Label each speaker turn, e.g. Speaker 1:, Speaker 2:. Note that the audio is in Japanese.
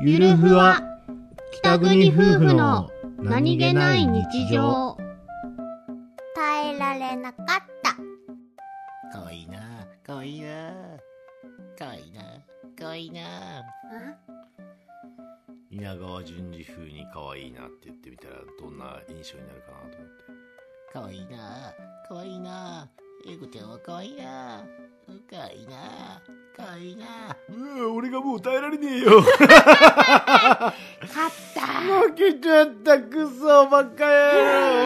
Speaker 1: ゆるふわ北国夫婦の
Speaker 2: 耐えられなかった
Speaker 3: 濃いな濃いな濃いな濃いな
Speaker 1: 稲川淳二風に可愛いなって言ってみたらどんな印象になるかなと思って
Speaker 3: 濃いな濃いなエグちゃんは濃いな濃いな濃いな
Speaker 1: うわ俺がもう耐えられねえよ
Speaker 2: 勝った
Speaker 3: 負けちゃったクソバカ野郎